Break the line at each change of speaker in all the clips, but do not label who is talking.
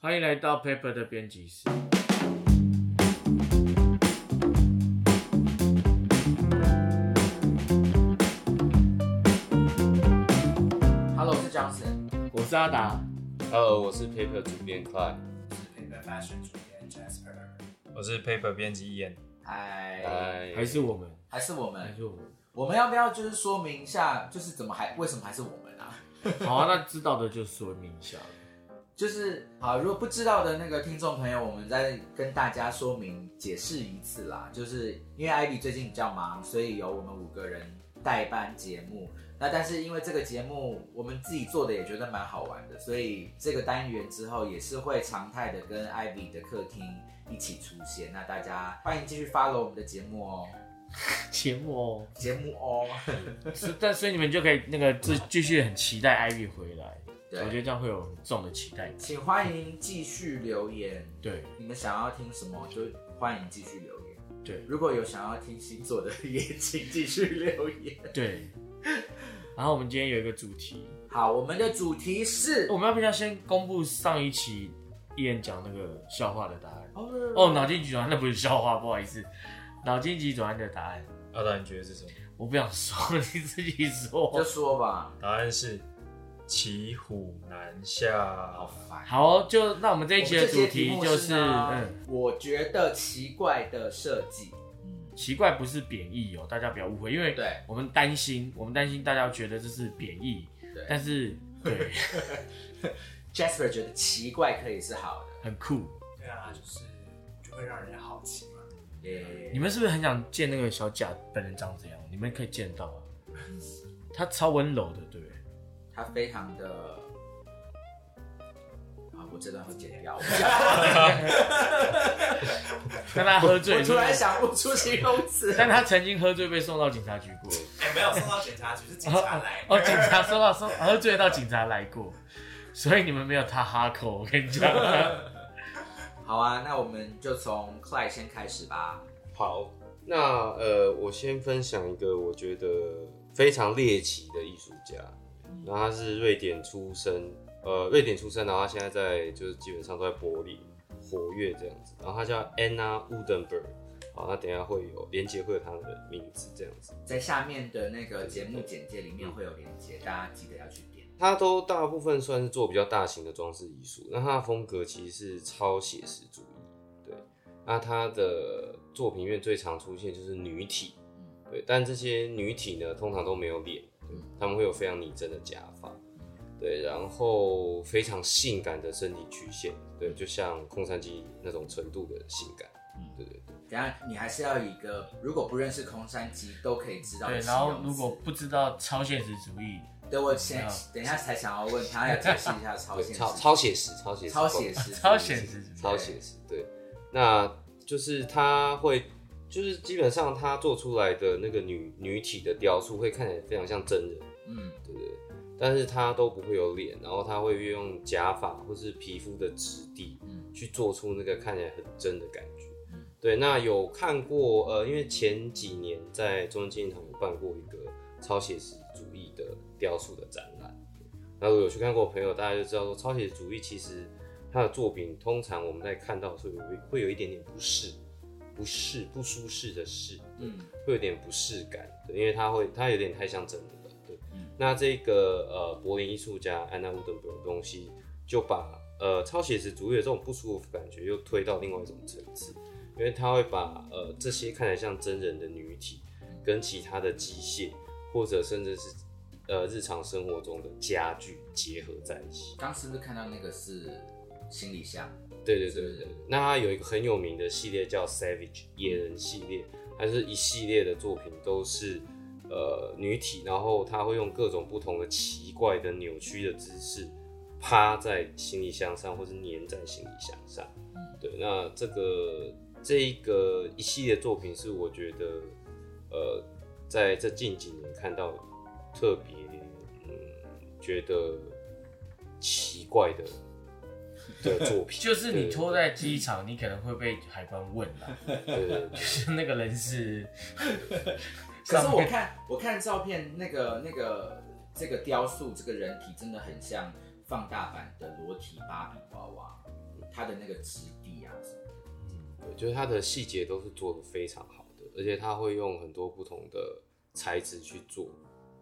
欢迎来到 Paper 的编辑室。
Hello，我是 Johnson，
我是阿达，
Hello，我是呃 Paper 主编 Clyde，
Paper Fashion 主编 Jasper。
我是 Paper 编辑 Ian，
嗨，
哎，
还是我们，
还是我
还
们，
是我 们。
我们要不要就是说明一下，就是怎么还为什么还是我们啊？
好啊，那知道的就说明一下。
就是好，如果不知道的那个听众朋友，我们再跟大家说明解释一次啦。就是因为 Ivy 最近比较忙，所以由我们五个人代班节目。那但是因为这个节目我们自己做的也觉得蛮好玩的，所以这个单元之后也是会常态的跟 Ivy 的客厅一起出现。那大家欢迎继续 follow 我们的节目哦，
节目哦，
节目哦。
是但所以你们就可以那个继继续很期待艾 v 回来，
对
我觉得这样会有很重的期待感。
请欢迎继续留言，
对
你们想要听什么就欢迎继续留言。
对
如果有想要听星座的，也请继续留言。
对。然后我们今天有一个主题，
好，我们的主题是
我们要不要先公布上一期一人讲那个笑话的答案？哦，
哦，
脑筋急转弯那不是笑话，不好意思，脑筋急转弯的答案
阿达你觉得是什么？
我不想说， 你自己说。
就说
哦
吧，
答案是骑虎难下
好。烦。
好哦，就那我们这一期的
我们这
主
些题
题
目
就是，
呢
嗯，
我觉得奇怪的设计。嗯，
奇怪不是贬义哦，大家不要误会，因为
对
我们担心，我们担心大家觉得这是贬义，但
嗯对。
是对，
Jasper 觉得奇怪可以是好的。
很酷。
对啊，就是就会让人家好奇嘛。
耶
你们是不是很想见那个小贾本人长怎样？你们可以见到啊，
嗯
他超温柔的， 对不对？
他非常的啊，我这段会剪掉。
但他喝醉，
我突然想不出形容词。
但他曾经喝醉被送到警察局过。
哎、没有送到警察局，是警察来。
哦，警察收到收喝醉到警察来过，所以你们没有他哈口，我跟 你讲。
哦好啊，那我们就从 Clay 先开始吧。
好，那呃，我先分享一个我觉得非常猎奇的艺术家，
嗯
那他是瑞典出生，呃，瑞典出生，然后他现在在就是基本上都在柏林活跃这样子，然后他叫 Anna Udenberg，好，那等一下会有连接会有他的名字这样子。
在下面的那个节目简介里面会有连接，大家记得要去点。
他都大部分算是做比较大型的装饰艺术，那他的风格其实是超写实主义，对。那他的作品里面最常出现就是女体，对，但这些女体呢，通常都没有脸，对他们会有非常拟真的假发，对，然后非常性感的身体曲线，对，就像空山鸡那种程度的性感，对对对。
等一下你还是要有一个，如果不认识空山鸡都可以知道
对，
的形
然后
容
如果
词。
不知道超现实主义，
对，我先
嗯
等一下才想要问他要解释一下超
对
现 实，
超超写实，超写实，
超写实，
超现实主义，
超写实，对，那就是他会，就是基本上他做出来的那个女女体的雕塑会看起来非常像真人，
嗯，
对不对？但是他都不会有脸，然后他会运用假发或是皮肤的质地
嗯
去做出那个看起来很真的感觉
嗯。
对，那有看过呃，因为前几年在中央纪念堂有办过一个超写实主义的雕塑的展览，然后有去看过的朋友，大家就知道说超写实主义其实他的作品通常我们在看到的时候有一会有一点点不适、不适、不舒适的适，
嗯，
会有点不适感，对，因为它会它有点太像真的了，对。
嗯
那这个呃柏林艺术家安娜乌登伯的东西，就把呃超写实主义的这种不舒服感觉又推到另外一种层次，因为他会把呃这些看起来像真人的女体，跟其他的机械或者甚至是呃日常生活中的家具结合在一起。
刚是不是看到那个是行李箱？
对对对对对。那它有一个很有名的系列叫 Savage 野人系列，它是一系列的作品都是呃女体，然后它会用各种不同的奇怪的扭曲的姿势趴在行李箱上，或是粘在行李箱上。
嗯
对，那这个这一个一系列作品是我觉得呃在这近几年看到特别嗯觉得奇怪的。的作品
就是你拖在机场，你可能会被海关问啦，
对
就是那个人是，
可是
上
我
面
看我看照片，那个那个这个雕塑，这个人体真的很像放大版的裸体芭比娃娃。它的那个质地啊什么的。
对，就是它的细节都是做的非常好的，而且它会用很多不同的材质去做，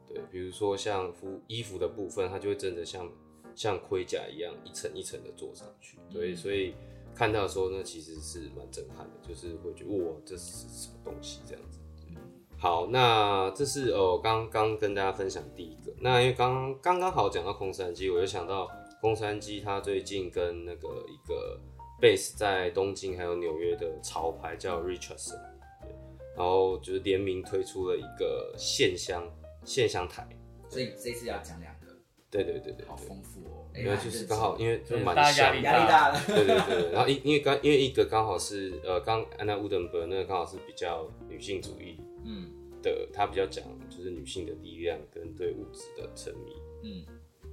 对，比如说像服衣服的部分，它就会真的像像盔甲一样一层一层的做上去，对，所以看到的时候呢，其实是蛮震撼的，就是会觉得哇，这是什么东西这样子。对好，那这是哦，刚刚跟大家分享第一个。那因为刚刚刚刚好讲到空山鸡，我就想到空山鸡，它最近跟那个一个 base 在东京还有纽约的潮牌叫 Richardson，对然后就是联名推出了一个线香线香台，
所以这次要讲两个，
对对对对
好丰富哦。哎
对，因为就是刚好因为就
对
蛮
大家压力
像的，
压力大了，
对对对，对然后因因为刚因为一个刚好是呃刚安娜乌登伯那个刚好是比较女性主义
嗯
的，她比较讲就是女性的力量跟对物质的沉迷，
嗯，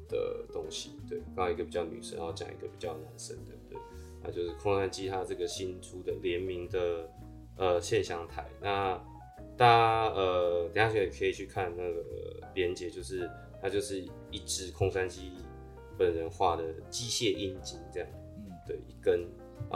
的东西，对，刚好一个比较女生，然后讲一个比较男生的，对，那就是空山鸡它这个新出的联名的呃现象台，那大家呃等一下也可以去看那个连接，就是它就是一只空山鸡本人画的机械阴茎这样，
嗯
对，一根，然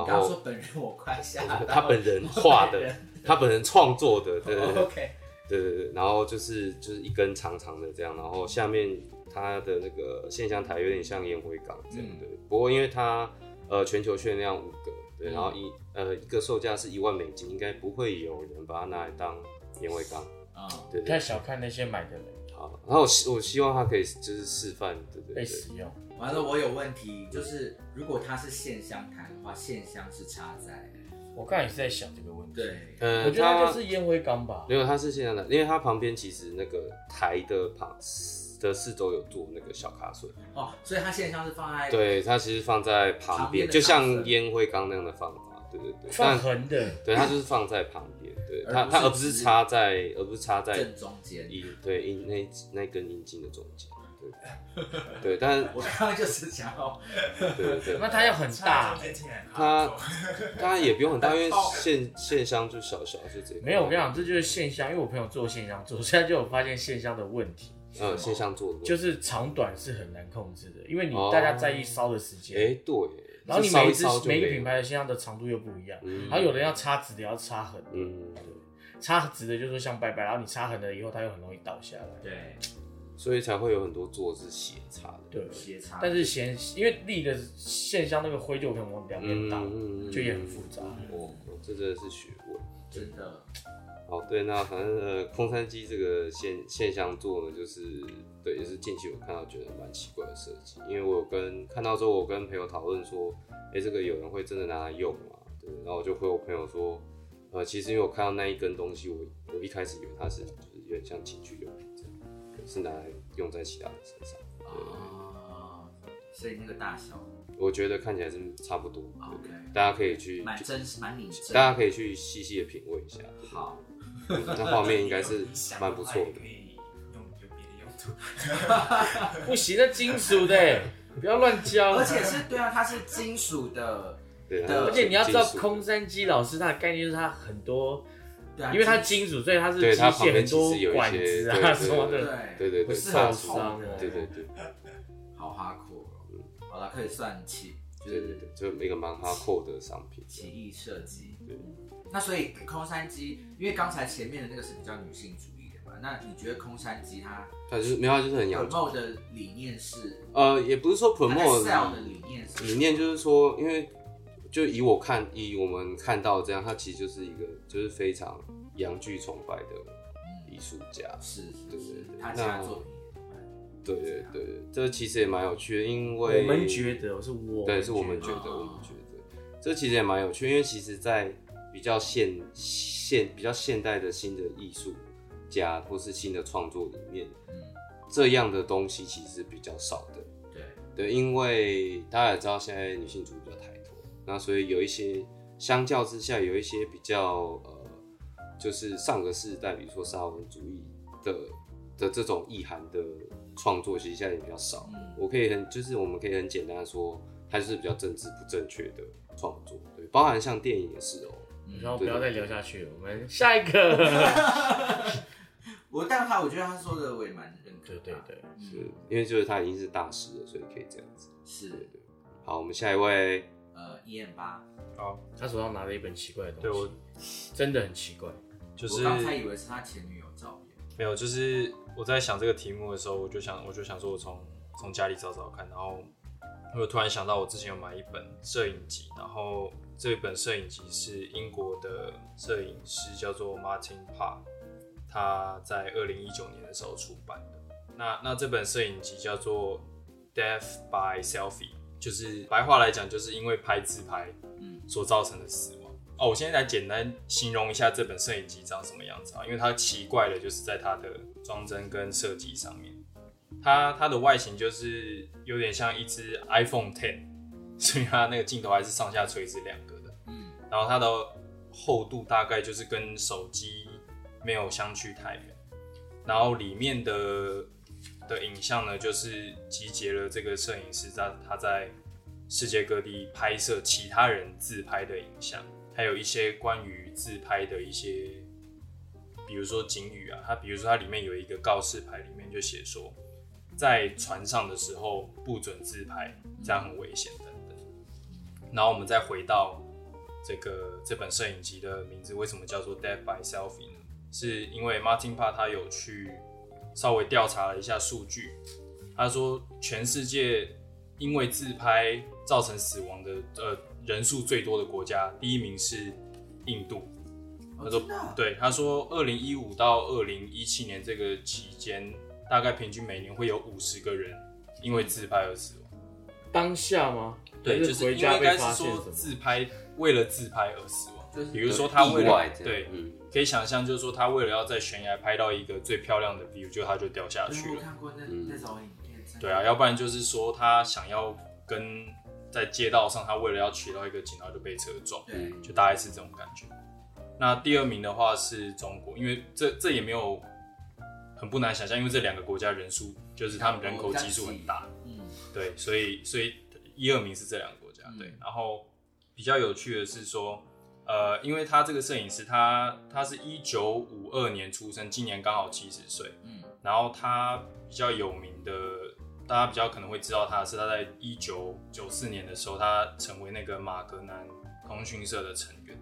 你刚刚
后
说本人我快吓到了，
他本人画的，他本人创作的，对对对。
OK，
对对对，然后就是就是一根长长的这样，然后下面它的那个线香台有点像烟灰缸这样，
嗯
对。不过因为它呃全球限量五个，对，
嗯
然后一呃一个售价是一万美金，应该不会有人把它拿来当烟灰缸，
啊，
对对
太小看那些买的人，
好，然后我希我希望它可以就是示范，对对
被
对，
使用。
完了我有问题，就是如果它是线香谈的话，线香是插在
我刚才也是在想这个问题，
对，
我
嗯，
觉得
它
就是烟灰缸吧
没。有它是线香台，因为它旁边其实那个台的旁的四周有做那个小卡水。
哦，所以它线香是放在
对，它其实放在旁
旁边
边，
的
就
大
像
神
烟灰缸那样的放法，对对对。
放
但
横的，
对它就是放在旁边，对
而
它
不
它
是
而不是
直
插在，而不是插在
正中间。
阴对阴那那根阴茎的中间，对对，但
我刚刚就是想要，
对对对，
那它要很大。欸
他
它也不用很大，因为线线香就小小，就直接
没有，我跟你讲，这就是现象，因为我朋友做现象做，现在就有发现现象的问题，
呃线香做的，
就是长短是很难控制的，因为你
哦
大家在意烧的时间，
哎对耶，
然后你
就烧
每一
一
只
烧就
每一个
没
品
了
牌，的线上的长度又不一样，
嗯
然后有人要插直的，要插横的，
嗯，
插直的就说像拜拜，然后你插横的以后，它又很容易倒下来。
对，
所以才会有很多做是斜插的，
对，
斜插，
但是咸因为立的线香那个灰就可能往两边倒，
嗯
就也很复杂。
哦，哦这真的是学问。
真的，
哦，对，那反正呃，空山鸡这个现现象做呢，就是对，也是近期我看到觉得蛮奇怪的设计，因为我有跟看到之后，我跟朋友讨论说，哎、这个有人会真的拿来用吗？对，然后我就回我朋友说，呃，其实因为我看到那一根东西，我我一开始以为它是就是有点像情趣用品这样，是拿来用在其他人身上，
哦，所以那个大小
我觉得看起来是差不多，
，OK，
大家可以去，
蛮真实，蛮拟真，
大家可以去细细的品味一下，对
好，
嗯那画面应该是蛮不错的
可。以用有别的用途。
不行，那金属的、 不要乱教。
而且是对啊，它是金属的，
对，
对
而且你要知道，
金属
空山鸡老师他的概念就是他很多，
对啊，
因为它金属，所以它是
对
机
它旁
械
边
很
其实
多
有一
管
些
子啊
对
什么
对
的，
对，
对对对，
不是
上
很
手
伤的。
对对对
好哈酷哦，好了，可以算起，就
对对对
是，
就是一个蛮哈扣的商品。
奇异设计。
对，
那所以空山鸡，因为刚才前面的那个是比较女性主义的嘛，那你觉得空山鸡它
它就是没有，它就是很洋气。
promote 的理念是
呃，也不是说
它在 sell
promote
的理念是
理念，就是说，因为就以我看，以我们看到这样，它其实就是一个就是非常洋剧崇拜的艺
嗯
术家。
是是
对对
是
对，
他家
那
作品也蛮
对对对，对这其实也蛮有趣的，因为
我们觉得我是我，
对，是我们觉得，我啊们觉得这其实也蛮有趣，因为其实，在比较现现比较现代的新的艺术家或是新的创作里面，
嗯
这样的东西其实是比较少的。
对
对，因为大家也知道现在女性主义比较抬头，那所以有一些相较之下，有一些比较呃，就是上个世代，比如说沙文主义的的这种意涵的创作，其实现在也比较少。
嗯
我可以很就是我们可以很简单的说，它就是比较政治不正确的创作，对，包含像电影也是哦、
然后不要再聊下去了，我们下一个。
我但他我觉得他说的我也蛮认可
对
的，
对对，
是
嗯
因为就是他已经是大师了，所以可以这样子。
是
好，我们下一位，
呃一 m 八，
好，
他手上拿了一本奇怪的东西，
对我
真的很奇怪。
就
我
是
刚才以为是他前女友照片，
没有，就是我在想这个题目的时候，我就想，我就想说，我从从家里找找看，然后我突然想到，我之前有买一本摄影集，然后这本摄影集是英国的摄影师叫做 Martin Parr，他在二零一九年的时候出版的。那那这本摄影集叫做《Death by Selfie》，就是白话来讲，就是因为拍自拍
嗯
所造成的死亡。哦，我现在来简单形容一下这本摄影集长什么样子啊，因为它奇怪的就是在它的装帧跟设计上面，它它的外形就是有点像一只 iPhone Ten，所以它那个镜头还是上下垂直两个的，
嗯，
然后它的厚度大概就是跟手机没有相去太远，然后里面的的影像呢，就是集结了这个摄影师在他在世界各地拍摄其他人自拍的影像，还有一些关于自拍的一些，比如说警语啊，它比如说它里面有一个告示牌，里面就写说，在船上的时候不准自拍，这样很危险等等。然后我们再回到这个这本摄影集的名字为什么叫做 Death by Selfie 呢？是因为 Martin p a 他有去稍微调查了一下数据，他说全世界因为自拍造成死亡的呃人数最多的国家，第一名是印度，
哦
他说
真的啊
对，他说二零一五到二零一七年这个期间，大概平均每年会有五十个人因为自拍而死亡。
当下吗？
对，
还
就是是
回
因为
家
应
被
该
发
是
现
说
什么？
自拍为了自拍而死亡，
就是
比如说他为
呃意外
了
这样
对，
嗯，
可以想象就是说他为了要在悬崖拍到一个最漂亮的 view，就他就掉下去
我有
了。
看过那
嗯
那种影片，真的
对啊，要不然就是说他想要跟在街道上，他为了要取到一个景，然后就被车撞。
对，嗯
就大概是这种感觉。那第二名的话是中国，因为这这也没有很不难想象，因为这两个国家人数就是他们人口基数很大，
嗯，
对，所以所以一二名是这两个国家，对
嗯。
然后比较有趣的是说，呃，因为他这个摄影师他他是一九五二年出生，今年刚好七十岁，
嗯
然后他比较有名的，大家比较可能会知道他是他在一九九四年的时候，他成为那个马格南通讯社的成员，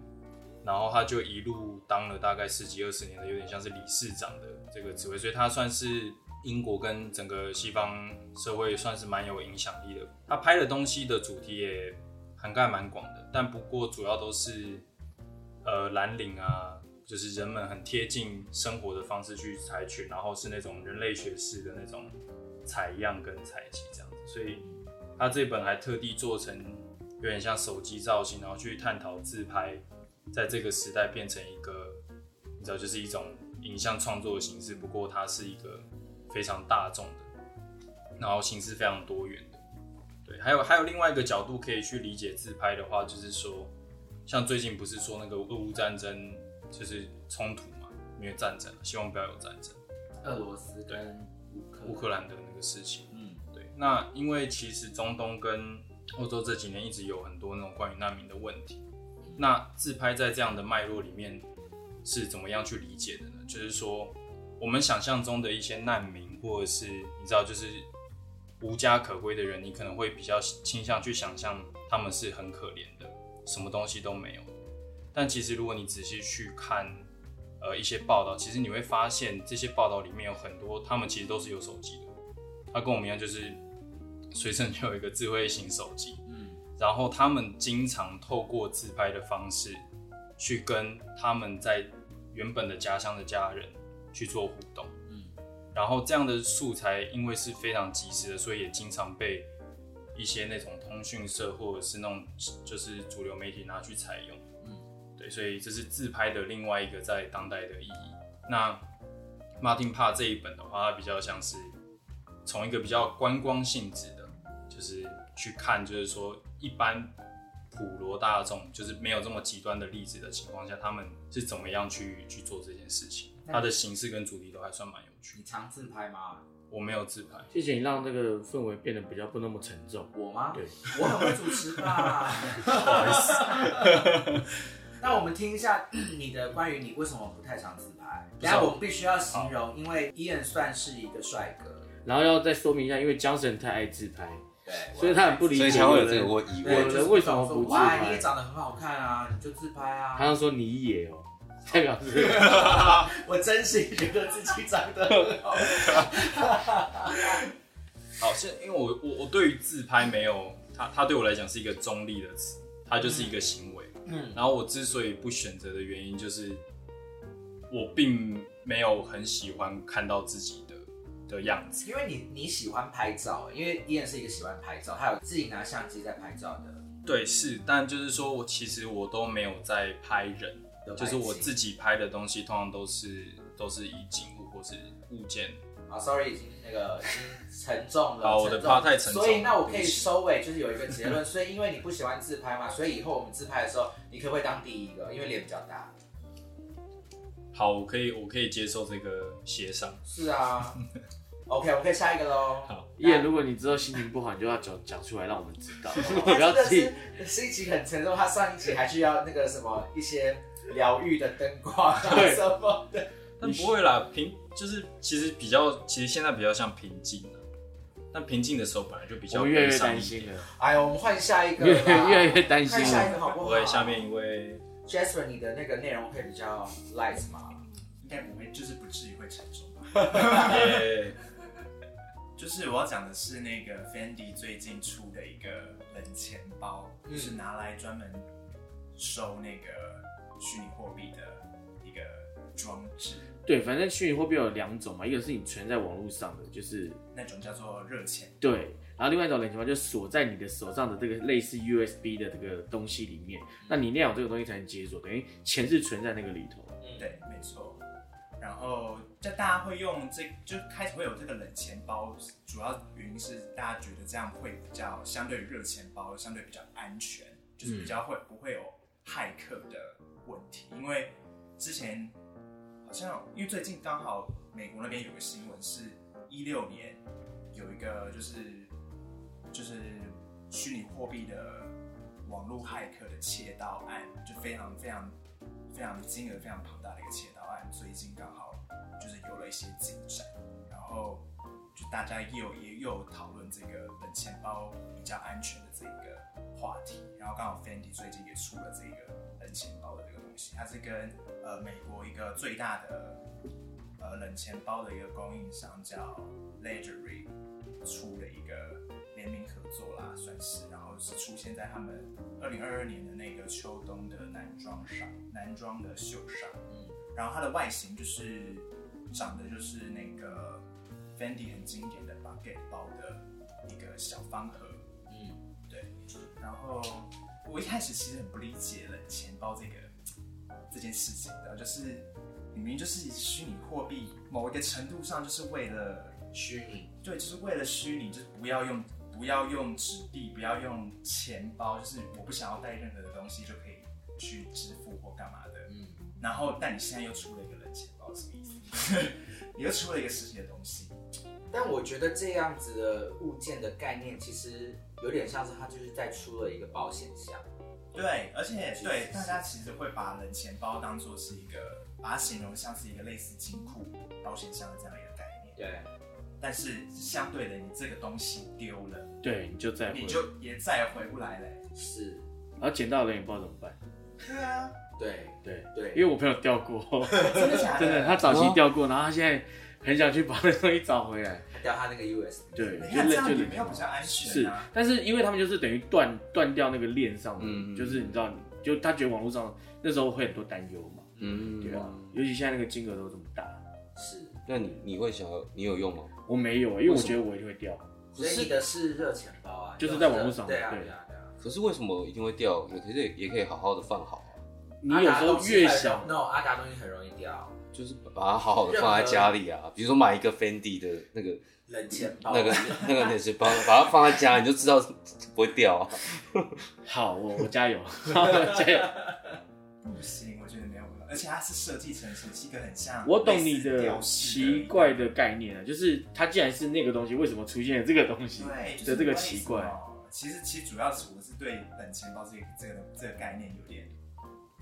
然后他就一路当了大概十几二十年的，有点像是理事长的这个职位，所以他算是英国跟整个西方社会算是蛮有影响力的。他拍的东西的主题也涵盖蛮广的，但不过主要都是呃蓝领啊，就是人们很贴近生活的方式去采取，然后是那种人类学式的那种采样跟采集这样子。所以他这本还特地做成有点像手机造型，然后去探讨自拍在这个时代变成一个，你知道，就是一种影像创作的形式。不过它是一个非常大众的，然后形式非常多元的。对，还有还有另外一个角度可以去理解自拍的话，就是说，像最近不是说那个俄乌战争就是冲突嘛，没有战争，希望不要有战争。
俄罗斯跟乌克
乌克兰的那个事情，
嗯
对，那因为其实中东跟欧洲这几年一直有很多那种关于难民的问题，那自拍在这样的脉络里面是怎么样去理解的呢？就是说，我们想象中的一些难民，或者是你知道，就是无家可归的人，你可能会比较倾向去想象他们是很可怜的，什么东西都没有的。但其实如果你仔细去看，呃，一些报道，其实你会发现这些报道里面有很多，他们其实都是有手机的，他跟我们一样，就是随身就有一个智慧型手机，
嗯
然后他们经常透过自拍的方式，去跟他们在原本的家乡的家人去做互动。
嗯
然后这样的素材因为是非常及时的，所以也经常被一些那种通讯社或者是那种就是主流媒体拿去采用。
嗯
对，所以这是自拍的另外一个在当代的意义。那 Martin p a 这一本的话，它比较像是从一个比较观光性质的，就是去看，就是说一般普罗大众，就是没有这么极端的例子的情况下，他们是怎么样去去做这件事情。它的形式跟主题都还算蛮有趣的
你常自拍吗？
我没有自拍，
谢谢你让这个氛围变得比较不那么沉重。
我吗？
对，
我很会主持吧。那我们听一下嗯你的关于你为什么不太常自拍？等一下我们必须要形容，因为伊恩算是一个帅哥，
然后要再说明一下，因为江神太爱自拍，
对，
所以他很不理解，
所以才会有这个问疑
对
对，
我
问
们。
就是
为什么不
说
自
哇，
拍
你也长得很好看啊，你就自拍
他
啊。
就说你也哦， 代表是
我真心觉得自己长得很好看。
好，现因为我我我对于自拍没有，它它对我来讲是一个中立的词，它就是一个行为。
嗯，
然后我之所以不选择的原因就是，我并没有很喜欢看到自己的的样子。
因为你你喜欢拍照，因为伊人是一个喜欢拍照，他有自己拿相机在拍照的，
对，是，但就是说我其实我都没有在拍人，
有拍
就是我自
己。
己拍的东西，通常都是都是以景物或是物件。
啊，sorry，已经那个已经沉重了。
好我的
重了
part 太沉重
所以那我可
对
以
不起
收尾，就是有一个结论。所以因为你不喜欢自拍嘛，所以以后我们自拍的时候，你可不可以当第一个？因为脸比较大。
好，我可以我可以接受这个协商。
是啊。OK，我们可以下一个喽。
好，
耶。如果你之后心情不好，你就要讲讲出来，让我们知 道，
他
不要
真的
自己
是心情很沉重，他上一集还需要那个什么一些疗愈的灯光啊
对
什么的。
但不会啦，平就是其实比较，其实现在比较像平静了。但平静的时候本来就比
我
较
们越来
悲
越
伤一
担心
点。
了，
哎呦，我们换下一个
越
啦，
越来越担
换
心
下一
了。
个好不
不
好？
会，下面 一位
Jasper，你的那个内容会比较 light 吗？
应该不会，就是不至于会沉重吧。
耶
就是我要讲的是那个 Fendi 最近出的一个冷钱包，
嗯
就是拿来专门收那个虚拟货币的一个装置，
对，反正虚拟货币有两种嘛，一个是你存在网络上的，就是
那种叫做热钱。
对，然后另外一种冷钱包就锁在你的手上的这个类似 USB 的这个东西里面，那你一定要有这个东西才能解锁，等于钱是存在那个里头。
对，没错。然后，就大家会用这就开始会有这个冷钱包，主要原因是大家觉得这样会比较相对于热钱包相对比较安全，就是比较会不会有骇客的问题。因为之前好像因为最近刚好美国那边有个新闻是，一六年有一个就是就是虚拟货币的网络骇客的窃盗案，就非常非常非常金额非常庞大的一个窃盗案，最近刚好就是有了一些进展，然后就大家也有也有讨论这个冷钱包比较安全的这个话题，然后刚好 Fendi 最近也出了这个冷钱包的这个东西，它是跟呃美国一个最大的呃冷钱包的一个供应商叫 Ledgery 出了一个联名合作啦，算是，然后是出现在他们二零二二年的那个秋冬的男装上，男装的秀上，
嗯
然后它的外形就是长得就是那个 Fendi 很经典的 bucket 包的一个小方盒，
嗯，
然后我一开始其实很不理解冷钱包这个这件事情的，就是明明就是虚拟货币，某一个程度上就是为了
虚拟
对，就是为了虚拟，就是不要用不要用纸币，不要用钱包，就是我不想要带任何的东西就可以去支付或干嘛的。
嗯
然后，但你现在又出了一个冷钱包，什么意思？ 你又出了一个实体的东西，
但我觉得这样子的物件的概念，其实有点像是它就是在出了一个保险箱。
对，而且
其实
对
是
大家其实会把冷钱包当做是一个，把它形容像是一个类似金库、保险箱的这样一个概念。
对，
但是相对的，你这个东西丢了，
对，你就再回
你，就也再也回不来了、
是，
然后捡到的人也不知道怎么办。
对啊，
对
对，
对，
因为我朋友掉过，
真的假的？
真的，他早
哦
期掉过，然后他现在很想去把那东西找回来。
它掉它那个 USB。
对，
你
就
哎看
扔
这样
就
也
扔
没有比较安全
是
啊。，
但是因为他们就是等于断断掉那个链上的，
嗯
就是你知道，就他觉得网络上那时候会很多担忧嘛，对
嗯，
啊，尤其现在那个金额都这么大，
是，
那你你会想要你有用吗？
我没有、欸因为我觉得我一定会掉，
啊
所以你的是热钱包啊，
就是在网络上
对啊
对
对啊对啊。
可是为什么一定会掉？也可以也可以好好的放好啊，
你有时候越想
阿达东西很容，no，阿达东西很容易掉，
就是把它好好的放在家里啊。比如说买一个 Fendi 的那个
冷钱包。啊
那个那个那些包，把它放在家，你就知道不会掉啊。
好，我我加油，我加油，
不行，我觉得没有办法，而且它是设计成是一个很像
我懂
类
你
似
的
吊饰
奇怪的概念啊，就是它既然是那个东西，为什么出现了这个东西？
对，就是
的这个
为
奇
什
怪
么。其实其实主要是我是对冷钱包这个这个这个概念有点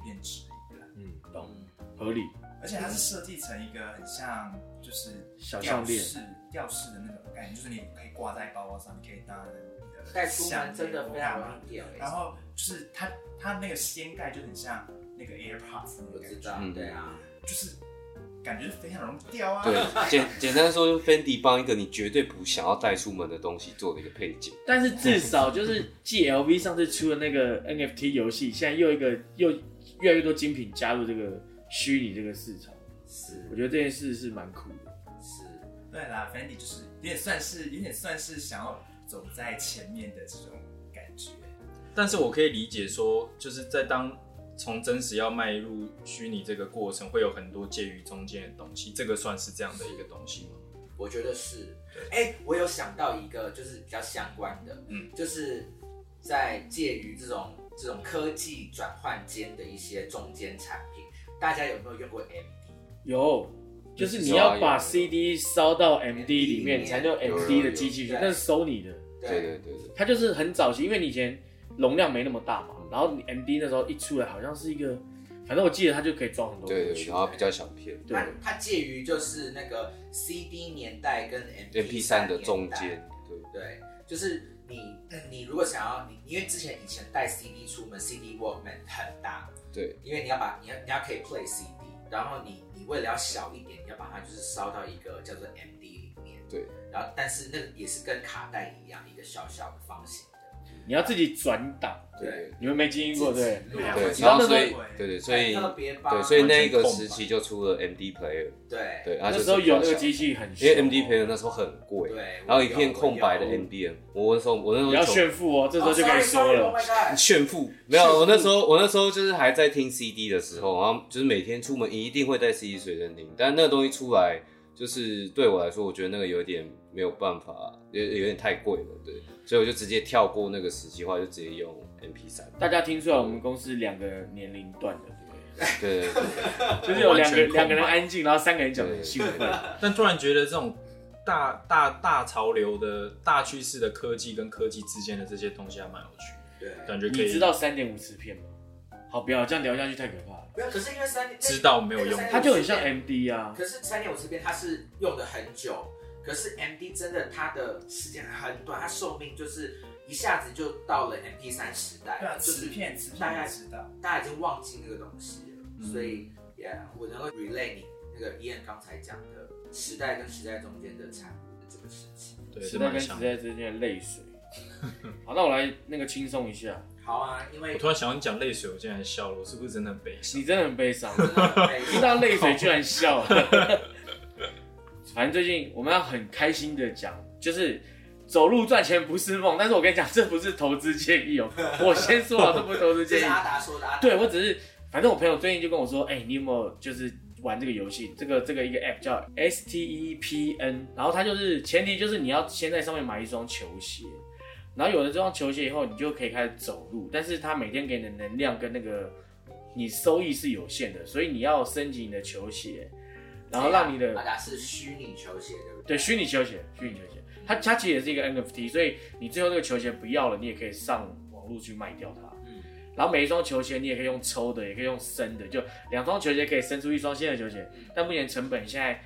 片质疑啦。
嗯，
懂，合理，
而且它是设计成一个很像就是
小
吊
项链
饰吊饰的那种概念，就是你可以挂在包包上，你可以当你的
带出
项
门
链
真的非常容易掉
然
欸。
后就是它它那个掀盖就很像那个 AirPods 那
我
个
知
感
道
觉，
嗯，
对啊，
就是感觉非常容易掉啊。
对，简简单说，就是 Fendi 帮一个你绝对不想要带出门的东西做的一个配件。
但是至少就是继 LV 上次出的那个 NFT 游戏，现在又一个又越来越多精品加入这个虚拟这个市场，
是
我觉得这件事是蛮酷的。
是，
对啦，Fendi 就是有点算是有点算是想要走在前面的这种感觉。
但是我可以理解说，就是在当从真实要迈入虚拟这个过程，会有很多介于中间的东西，这个算是这样的一个东西吗？
我觉得是。哎、我有想到一个就是比较相关的，
嗯
就是在介于这种这种科技转换间的一些中间产品，大家有没有用过 MD？
有，就是你
有啊
要
有
把
有
CD 烧到 MD 里
里
面，
面
才能有
有
MD
有
的
有
机器去，
对
那是 Sony 的。
对对对对，
它就是很早期，因为你以前容量没那么大嘛，然后你 MD 那时候一出来，好像是一个，反正我记得它就可以装很多
对
歌
对，
曲
然。后比较小片，
对
它它介于就是那个 CD 年代跟 MP
，MP
3
3的中
年代，
间，对，
对，就是你你如果想要你，因为之前以前带 CD 出门，CD Walkman 很大，
对，
因为你要把你要你要可以 play CD，然后你你为了要小一点，你要把它就是烧到一个叫做 MD 里面，
对，
然后但是那个也是跟卡带一样，一个小小的方形的，
你要自己转档，
对
对
你们没经历过对？
自己录
对，
你
然
要哎
后
那时
所
候
以对对，所以
特别吧，
对，所以
完
那
全
一个
空
时
白
期就出了 MD player，
对
对，啊
哎那
就是
时候有那
比
个
较小
机器很
因为
凶
MD
哦
player 那时候很贵，
对，
然后一片空白的
我有
MDM，我那时候我那时候
你要
九
炫富哦，这时候就可以说
哦
了。
，sorry，sorry，oh my god
炫富没有，我那时候我那时候就是还在听 CD 的时候，然后就是每天出门一定会带 CD 随身听，但那个东西出来，就是对我来说，我觉得那个有点没有办法，有有点太贵了，对，所以我就直接跳过那个时期，后来就直接用 MP 3
大家听出来我们公司两个年龄段的，对
对对对，
不对？就是有两个
完全空白
两个人安静，然后三个人讲得很兴奋。
但突然觉得这种大大大潮流的大趋势的科技跟科技之间的这些东西还蛮有趣的，
对，
感觉可以
你知道三点五磁片吗？好，不要这样聊下去太可怕了。
没有，可是因为三
知道没有用
它
它就很像 MD 啊，
可是三点五这边它是用的很久，可是 M D 真的它的时间很短，它寿命就是一下子就到了 M P 三时代，
对啊，
就
磁
是
片磁片
大概
也知道，
大家已经忘记那个东西了，
嗯
所以也我能够 relay 你那个伊恩刚才讲的时代跟时代中间的产物的这个事情。
对，
时
是
代
蛮
跟时
像的。
代之间的泪水。好，那我来那个轻松一下。
好啊，因为
我突然想到你讲泪水，我竟然笑了，我是不是真的很悲伤
你？真的很悲伤，
真的很悲
听
伤
到泪水居然笑 了。反正最近我们要很开心的讲，就是走路赚钱不是梦。但是我跟你讲，这不是投资建议哦。我先说好，这不是投资
这
建
是
议。
阿达说的，阿达
对我只是，反正我朋友最近就跟我说，哎、你有没有就是玩这个游戏？这个这个一个 app 叫 S T E P N，然后它就是前提就是你要先在上面买一双球鞋，然后有了这双球鞋以后，你就可以开始走路，但是它每天给你的能量跟那个你收益是有限的，所以你要升级你的球鞋，然后让你的
阿达是虚拟球鞋，对不对？
对，虚拟球鞋，虚拟球鞋，它它其实也是一个 NFT，所以你最后这个球鞋不要了，你也可以上网络去卖掉它。
嗯
然后每一双球鞋你也可以用抽的，也可以用生的，就两双球鞋可以生出一双新的球鞋。但目前成本现在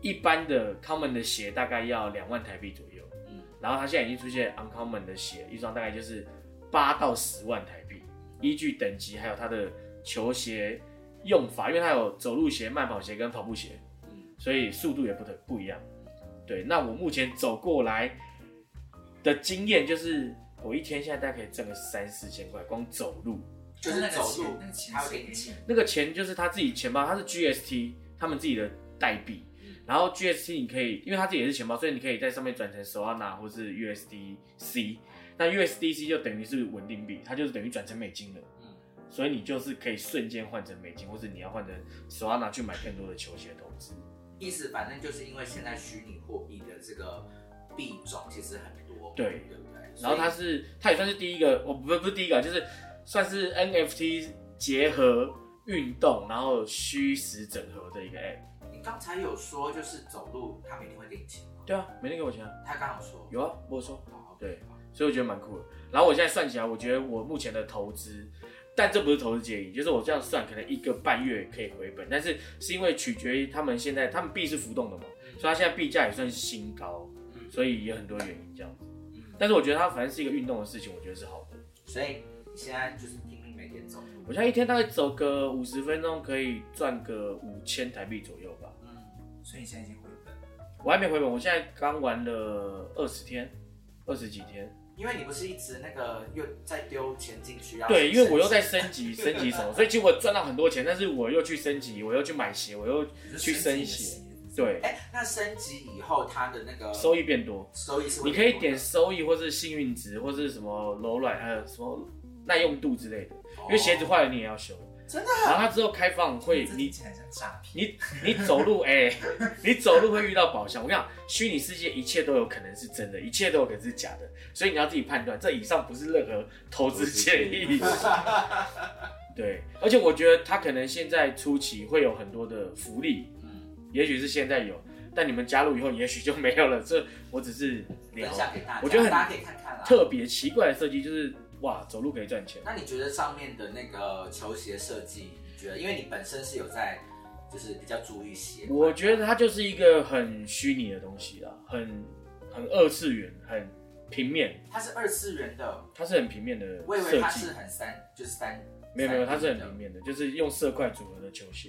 一般的 common 的鞋大概要两万台币左右，
嗯
然后它现在已经出现 uncommon 的鞋，一双大概就是八到十万台币，依据等级还有它的球鞋用法，因为它有走路鞋、慢跑鞋跟跑步鞋。
嗯，
所以速度也不得不一样。对，那我目前走过来的经验就是，我一天现在大概可以挣个三四千块，光走路。
就是
那个
走
钱
路
那个，钱
他会
是
给
给
你
你
钱，
那个钱就是他自己钱包，他是 GST 他们自己的代币，然后 GST 你可以，因为他自己也是钱包，所以你可以在上面转成 Solana 或是 USDC。那 USDC 就等于是稳定币，它就是等于转成美金了。
嗯
所以你就是可以瞬间换成美金，或是你要换成 Solana 去买更多的球鞋投资。
意思反正就是因为现在虚拟货币的这个币种其实很多，
对
对不对？
然后它是，它也算是第一个，我不不是第一个，就是算是 NFT 结合运动，然后虚实整合的一个 app。
所以你刚才有说就是走路，他每天会给你钱吗？
对啊，没人给我钱啊。
他刚好说
有啊，我有说。
好，
对所以我觉得蛮酷的。然后我现在算起来，我觉得我目前的投资，但这不是投资建议，就是我这样算，可能一个半月可以回本，但是是因为取决于他们现在他们币是浮动的嘛，所以它现在币价也算是新高，所以有很多原因这样子。但是我觉得它反正是一个运动的事情，我觉得是好的。嗯
所以你现在就是拼命每天走路。
我现在一天大概走个五十分钟，可以赚个五千台币左右吧。嗯
所以你现在已经回本了，
我还没回本，我现在刚玩了二十天，二十几天。
因为你不是一直那个又在丢钱进去，要
对，因为我又在
升
升级，升级什么，所以其实我赚到很多钱，但是我又去升级，我又去买鞋，我又
你就
去
升
升
级
鞋，
了
对
级。，哎、那升级以后它的那个
收益变多。
收益是会
你可以
多的
点，收益，或是幸运值，或是什么柔软，还有什么耐用度之类的。因为
哦
鞋子坏了你也要修，
真
的。啊然后它之后开放会，
这
你
听起来很像诈骗。
你你走路，哎、你走路会遇到宝箱。我跟你讲，虚拟世界一切都有可能是真的，一切都有可能是假的，所以你要自己判断。这以上不是任何投资建议。
嗯
对，而且我觉得它可能现在初期会有很多的福利，
嗯，
也许是现在有，但你们加入以后也许就没有了。这我只是聊
分享给大家，
我觉得很
大家可以看看啦。
特别奇怪的设计，就是哇，走路可以赚钱。
那你觉得上面的那个球鞋设计，你觉得因为你本身是有在就是比较注意鞋，
我觉得它就是一个很虚拟的东西啦，很很二次元，很平面，
它是二次元的，
它是很平面的
我以为
设
它
计
是。很三，就是三，
没有没有，它
三
是
D
很
的
平面的，就是用色块组合的球鞋。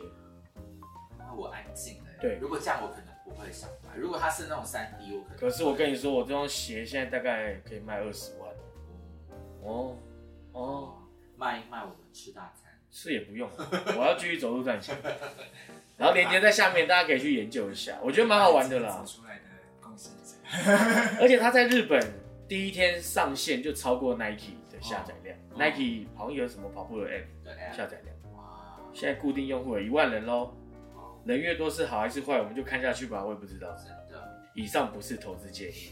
那我安静了耶。
对
如果这样我可能不会想买。如果它是那种三 D，我可能
可是我跟你说，我这双鞋现在大概可以卖二十万哦哦，
哦，卖一卖我们吃大餐。
是也不用，我要继续走路赚钱。 然后链接在下面，大家可以去研究一下，我觉得蛮好玩的 啦
走。出来的贡献者，
而且它在日本第一天上线就超过 Nike 的下载量、
哦
n i k e 好像有什么跑步的 App
对，
下载量，
哇，
现在固定用户有一万人喽。人越多是好还是坏，我们就看下去吧，我也不知道。
真的，
以上不是投资建议，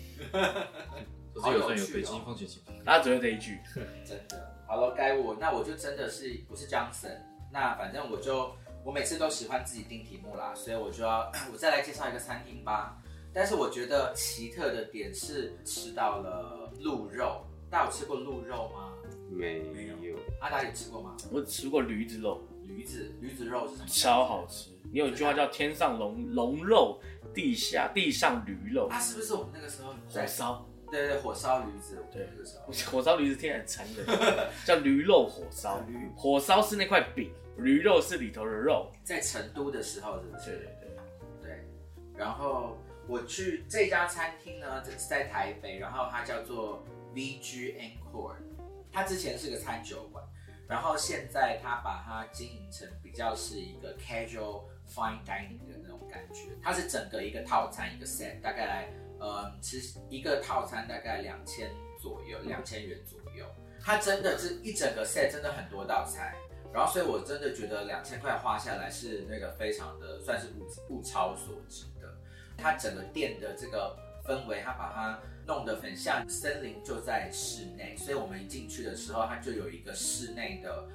可是有时候有
好有趣哦
北京风险情报。
大家只会这一句。
真的。好了，该我，那我就真的是我是 Johnson，那反正我就我每次都喜欢自己定题目啦，所以我就要我再来介绍一个餐厅吧。但是我觉得奇特的点是吃到了鹿肉，大家有吃过鹿肉吗？
没有，
阿达有吃过吗？
我吃过驴子肉，
驴子驴子肉是什么？
超好吃。你有一句话叫“天上龙龙肉，地下地上驴肉
啊，是不是我们那个时候”，
火
在
烧。
对对火烧驴子？
对
那个时候
火烧驴子听起来很残 忍，叫驴肉火烧。火烧是那块饼，驴肉是里头的肉。
在成都的时候，是不是？
对对对。
对，然后我去这家餐厅呢，这是在台北，然后它叫做 VG Encore，它之前是个餐酒馆，然后现在它把它经营成比较是一个 casual fine dining 的那种感觉，它是整个一个套餐一个 set，大概来，呃，其实一个套餐大概两千左右，两千元左右，它真的是一整个 set 真的很多道菜。然后，所以我真的觉得两千块花下来是那个非常的算是物物超所值的。它整个店的这个氛围，它把它弄得很像森林就在室内，所以我们一进去的时候，它就有一个室内的，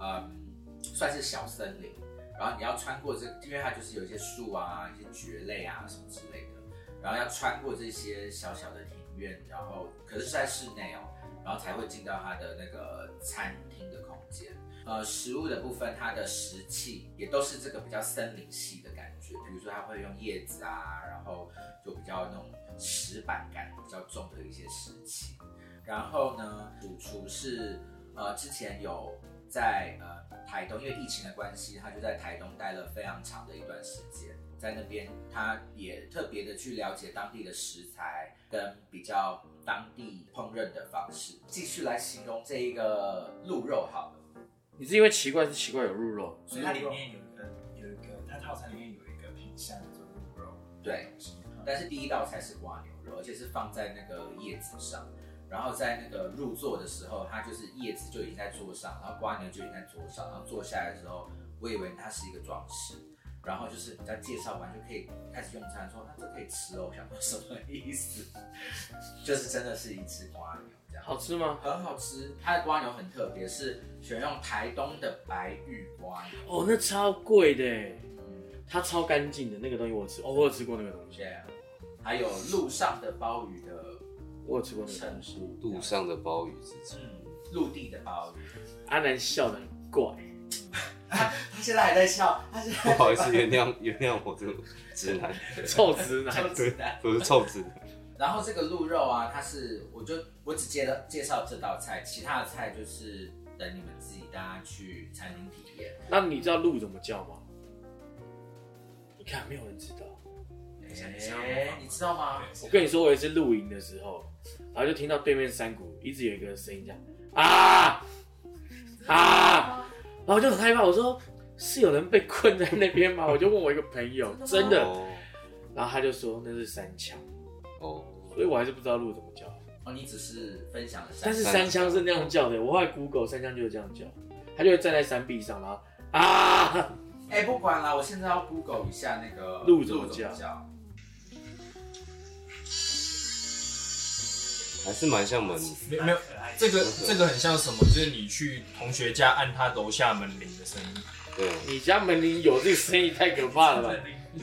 嗯，算是小森林。然后你要穿过这，因为它就是有一些树啊、一些蕨类啊什么之类的，然后要穿过这些小小的庭院，然后可是是在室内哦，然后才会进到它的那个餐厅的空间。呃，食物的部分，它的食气也都是这个比较森林系的感觉，比如说它会用叶子啊，然后就比较那种石板感比较重的一些食气。然后呢，主厨是呃之前有在呃台东，因为疫情的关系，他就在台东待了非常长的一段时间，在那边他也特别的去了解当地的食材跟比较当地烹饪的方式。继续来形容这一个鹿肉好了。
你是因为奇怪是奇怪有鹿肉，
所以它里面有一个有一个，它套餐里面有一个品相叫做鹿肉，
对，但是第一道菜是瓜牛肉，而且是放在那个叶子上，然后在那个入座的时候，它就是叶子就已经在桌上，然后瓜牛就已经在桌上，然后坐下来的时候，我以为它是一个装饰，然后就是人家介绍完就可以开始用餐，说那这可以吃哦，我想说什么意思？ 就是真的是一只瓜牛这样。
好吃吗？
很好吃，它的瓜牛很特别，是选用台东的白玉瓜牛。
哦，那超贵的耶，
嗯，
它超干净的那个东西我吃，哦，我有吃过那个东西，
对啊，还有路上的鲍鱼的
我有吃过那个
成
东西。
熟
路上的鲍鱼是指
嗯嗯，陆地的鲍鱼，
阿南啊笑得很怪，
他现在还在笑，他现
不
在
好意思，原谅原谅我这种直男，
臭直男。
就是
对
在。，
我是臭直男。
然后这个鹿肉啊，它是我就我只介绍介绍这道菜，其他的菜就是等你们自己大家去餐厅体验。
那你知道鹿怎么叫吗？你看，没有人知道。
哎、你知道吗？
我跟你说，我有一次露营的时候，然后就听到对面山谷一直有一个声音这样啊啊，然后我就很害怕，我说是有人被困在那边吗？我就问我一个朋友，真的，
哦
然后他就说那是山枪，
哦，
所以我还是不知道鹿怎么叫。
哦，你只是分享了三
但是
道
山
山枪是那样叫的，我后来 Google 山枪就是这样叫，他就会站在山壁上，然后啊，
哎、不管了，我现在要 Google 一下那个
鹿怎么叫
叫。
还是蛮像门，
没有没有，这个这个很像什么？就是你去同学家按他楼下门铃的声音，
对，
你家门铃有这个声音太可怕了吧？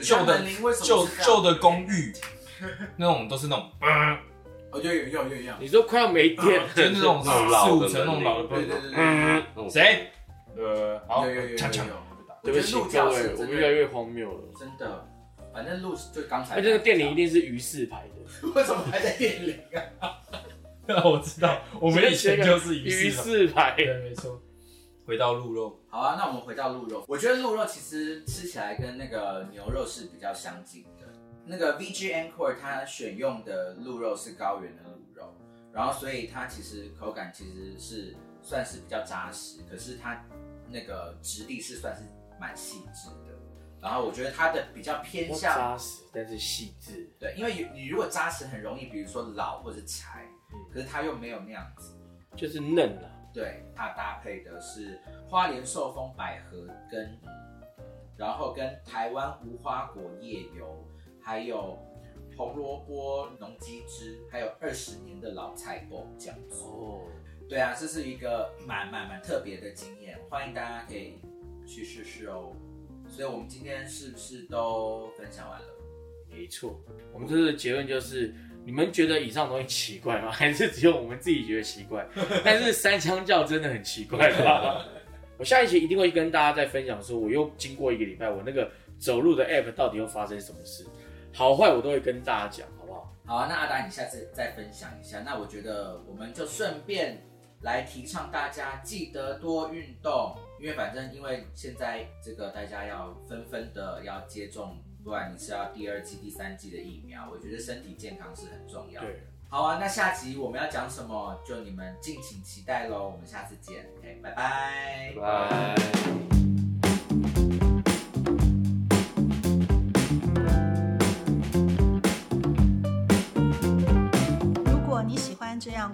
旧的
门铃为什么
旧
是这样
旧的公寓，那种都是那种，
哦，就有用有用。
你说快要没电了，
就是那种
那种老
四
的
五层那种老的公
对
寓
对。对对，
嗯，那种
谁？呃，好
有有有有，
抢抢
有，
对不起
啊我觉得
各
鹿角是
位，
真的
我们越来越荒谬了。
真的，反正鹿就刚才。
而且那个店里一定是鱼市牌的，
为什么还在店里啊？
我知道，我们以前就是一
鱼
次嘛，
市牌。
对，没错。回到鹿肉，
好啊，那我们回到鹿肉。我觉得鹿肉其实吃起来跟那个牛肉是比较相近的。那个 VG Encore 它选用的鹿肉是高原的鹿肉，然后所以它其实口感其实是算是比较扎实，可是它那个质地是算是蛮细致的。然后我觉得它的比较偏
比较
向
扎实，但是细致。
对，因为你你如果扎实很容易，比如说老或者柴，可是它又没有那样子。
就是嫩啊了、
对，它搭配的是花莲寿丰百合根，然后跟台湾无花果叶油，还有红萝卜浓鸡汁，还有二十年的老菜脯酱汁。
哦，
对啊，这是一个蛮蛮蛮特别的经验，欢迎大家可以去试试哦。所以我们今天是不是都分享完了？
没错。我们这次的结论就是，你们觉得以上东西奇怪吗？ 还是只有我们自己觉得奇怪？但是三枪教真的很奇怪吧？ 我下一期一定会跟大家再分享，说我又经过一个礼拜，我那个走路的 app 到底又发生什么事，好坏我都会跟大家讲，好不好？
好啊，那阿达，你下次再分享一下。那我觉得我们就顺便来提倡大家记得多运动，因为反正因为现在这个大家要纷纷的要接种，不管你是要第二季、第三季的疫苗，我觉得身体健康是很重要的。
对，
好啊，那下集我们要讲什么，就你们敬请期待喽。我们下次见，OK，拜拜。
拜。
如果你喜欢这样